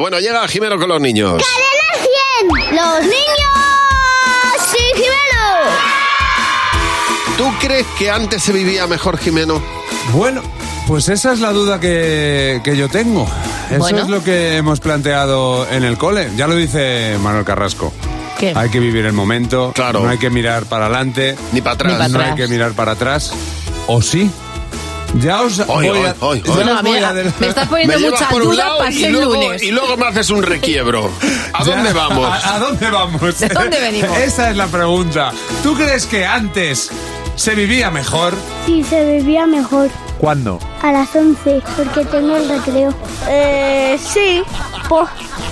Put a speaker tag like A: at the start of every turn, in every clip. A: Bueno, llega Jimeno con los niños.
B: ¡Cadena 100! ¡Los niños! ¡Sí, Jimeno!
A: ¿Tú crees que antes se vivía mejor, Jimeno?
C: Bueno, pues esa es la duda que, que yo tengo. Eso
D: Bueno.
C: es lo que hemos planteado en el cole. Ya lo dice Manuel Carrasco.
D: ¿Qué?
C: Hay que vivir el momento.
A: Claro.
C: No hay que mirar para adelante.
A: Ni para atrás.
D: Ni pa'
C: no hay
D: atrás.
C: que mirar para atrás. ¿O sí? Ya os
A: Hoy,
C: voy
A: hoy,
C: a-
A: hoy,
C: ya
A: hoy.
C: os
D: Bueno, a mí-
C: voy a
D: a-
C: adelantar-
D: me estás poniendo
A: llevas
D: mucha duda para
A: y
D: ser
A: luego,
D: lunes.
A: y luego me haces un requiebro. ¿A
C: Ya.
A: dónde vamos?
C: ¿A, a dónde vamos?
D: ¿De dónde venimos?
C: Esa es la pregunta. ¿Tú crees que antes se vivía mejor?
E: Sí, se vivía mejor
F: ¿Cuándo?
E: a las 11 porque tengo el recreo.
G: Eh, sí, por-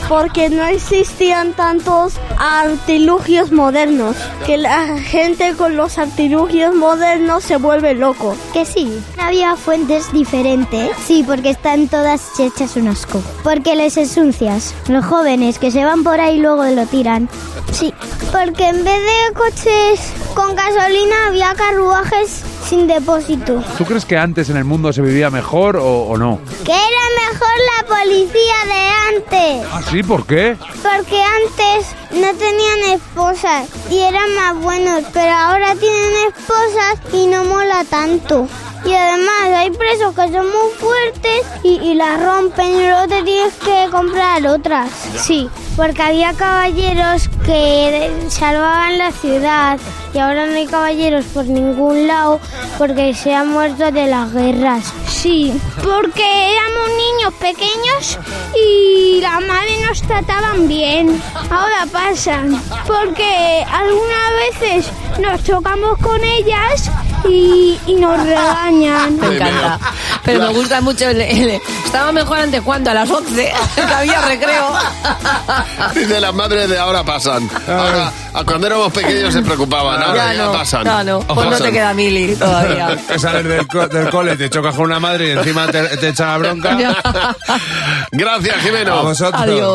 G: porque no existían tantos artilugios modernos, que la gente con los artilugios modernos se vuelve loco.
E: Que sí, había fuentes diferentes. Sí, porque están todas hechas un asco. Porque les ensucias. Los jóvenes que se van por ahí luego lo tiran. Sí, porque en vez de coches con gasolina había carruajes sin depósito.
F: ¿Tú crees que antes en el mundo se vivía mejor o, o no?
E: Que era mejor la policía de antes.
F: ¿Ah, sí? ¿Por qué?
E: Porque antes no tenían esposas y eran más buenos, pero ahora tienen esposas y no mola tanto. Y además hay presos que son muy fuertes y, y las rompen y luego te tienes que comprar otras. Sí, porque había caballeros que de- salvaban la ciudad y ahora no hay caballeros por ningún lado porque se han muerto de las guerras. Sí, porque éramos niños pequeños y la madre nos trataban bien. Ahora pasan, porque algunas veces nos chocamos con ellas y, y nos regañan.
D: Me encanta. Pero me gusta mucho el, el- Estaba mejor antes cuando a las 11, que había recreo.
A: Dice las madres de ahora pasan. Ahora, a cuando éramos pequeños se preocupaban. Ahora
D: Ya
A: ya,
D: no,
A: pasan.
D: no, no. Pues no
A: Pasan.
D: te queda mili todavía.
C: Que sales del, co- del cole, te chocas con una madre y encima te, te echa la bronca.
D: Ya.
A: Gracias, Jimeno.
C: A vosotros.
D: Adiós.